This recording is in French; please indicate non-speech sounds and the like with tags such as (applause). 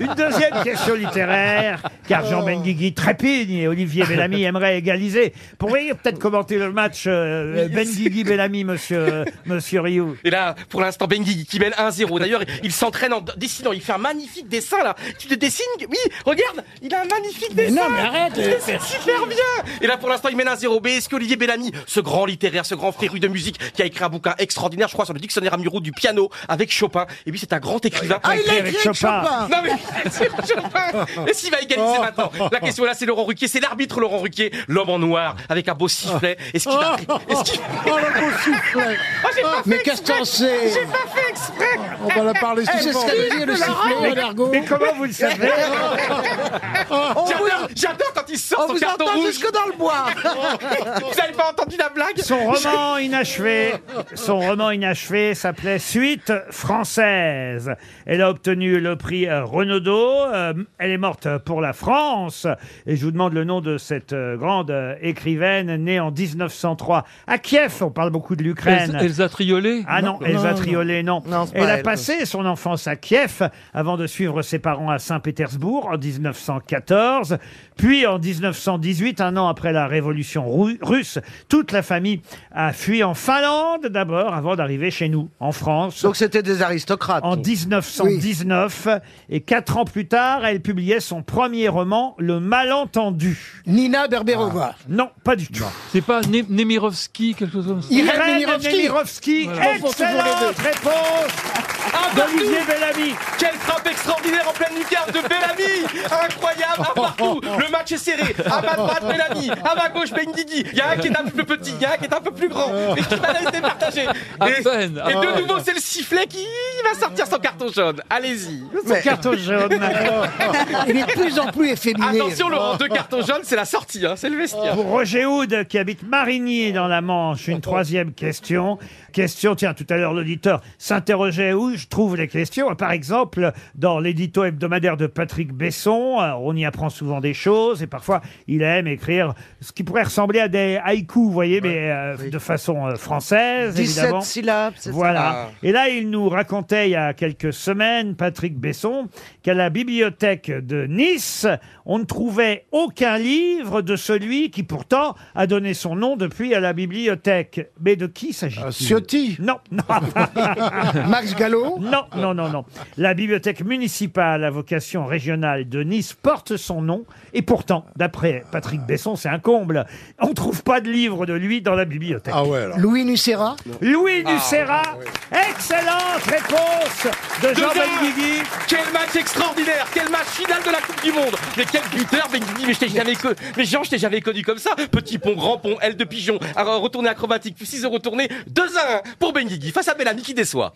Une deuxième question littéraire, car Jean Oh. Benguigui trépigne et (laughs) Olivier Bellamy aimerait égaliser. Pourriez peut-être commenter le match euh, Benguigui-Bellamy, monsieur, euh, monsieur Rioux Et là, pour l'instant, Benguigui qui mène 1-0. D'ailleurs, il s'entraîne en dessinant. Il fait un magnifique dessin, là. Tu te dessines Oui, regarde, il a un magnifique Mais dessin. non, mais arrête de Il dessine faire super bien Et là, pour l'instant, il mène 1-0. Mais est-ce qu'Olivier Bellamy, ce grand littéraire, ce grand féru de musique, qui a écrit un bouquin extraordinaire, je crois, sur le dictionnaire amoureux du piano, avec Chopin, et lui, c'est un grand écrivain. Ah, il a Eric écrit avec Chopin. Chopin Non mais (laughs) c'est Chopin. Et s'il va égaliser maintenant La question là, c'est Laurent Ruquier, c'est l'arbitre Laurent Ruquier, l'homme en noir avec un beau sifflet. Est-ce qu'il va Est-ce qu'il Oh, le beau soufflet Ah, (laughs) j'ai pas fait Mais qu'est-ce qu'on sait J'ai pas fait exprès. On va la parler. Tu sais ce qu'elle veut dire, le sifflet, l'argot Mais comment vous le savez J'adore- J'adore quand il sort son carton rouge. dans le bois (laughs) Vous avez pas entendu la blague Son roman inachevé, son roman inachevé s'appelait Suite française. Elle a obtenu le prix euh, Renaudot. Euh, elle est morte pour la France. Et je vous demande le nom de cette euh, grande euh, écrivaine née en 1903 à Kiev. On parle beaucoup de l'Ukraine. Elsa Triolet Ah non, Elsa Triolet, non. Non, c'est pas elle a elle. passé son enfance à Kiev avant de suivre ses parents à Saint-Pétersbourg en 1914. Puis en 1918, un an après la révolution ru- russe, toute la famille a fui en Finlande d'abord avant d'arriver chez nous, en France. Donc c'était des aristocrates. en 1919, et quatre ans plus tard, elle publiait son premier roman, Le Malentendu. Nina Berberova. Non, pas du tout. C'est pas Ne- Nemirovski, quelque chose comme ça Irène Nemirovski. Nemirovski, Je confonds toujours les excellente réponse Un partout. d'Olivier Bellamy. Quelle frappe extraordinaire en pleine lucarne de Bellamy Incroyable, un partout Le match est serré. À ma droite, Bellamy. À ma gauche, Benguigui. Il y a un qui est un peu plus petit, il y a un qui est un peu plus grand. Et qui va laisser partager. Ah, À Et, peine. et de nouveau, c'est le sifflet qui va sortir son carton jaune. Allez-y. Son carton (laughs) jaune. Il est de plus en plus efféminé. Attention, Laurent, deux cartons jaunes, c'est la sortie, hein, c'est le vestiaire. Pour Roger Houd, qui habite Marigny dans la Manche, une troisième question. Question, tiens, tout à l'heure, l'auditeur s'interrogeait où je trouve les questions. Par exemple, dans l'édito hebdomadaire de Patrick Besson, euh, on y apprend souvent des choses et parfois, il aime écrire ce qui pourrait ressembler à des haïkus, vous voyez, mais euh, de façon euh, française, 17 évidemment. syllabes, c'est ça Voilà. Et là, il nous racontait il y a quelques semaines, Patrick Besson, qu'à la bibliothèque de Nice, on ne trouvait aucun livre de celui qui pourtant a donné son nom depuis à la bibliothèque. Mais de qui Euh, s'agit-il Ciotti, Non, non, (laughs) Max Gallo, non, non, non, non. La bibliothèque municipale à vocation régionale de Nice porte son nom et pourtant, d'après Patrick Besson, c'est un comble. On ne trouve pas de livre de lui dans la bibliothèque. Louis Nucera. Louis Nucera. Excellente réponse de Jean Deuxième. Benguigui. Quel match extraordinaire, quel match final de la Coupe du Monde. Mais quel buteur, Benguigui, mais je t'ai jamais connu. Mais Jean, je t'ai jamais connu comme ça. Petit pont, grand pont, aile de pigeon, à- retourné acrobatique, puis 6 retourné, 2 à 1 pour Benguigui face à Bellamy qui déçoit.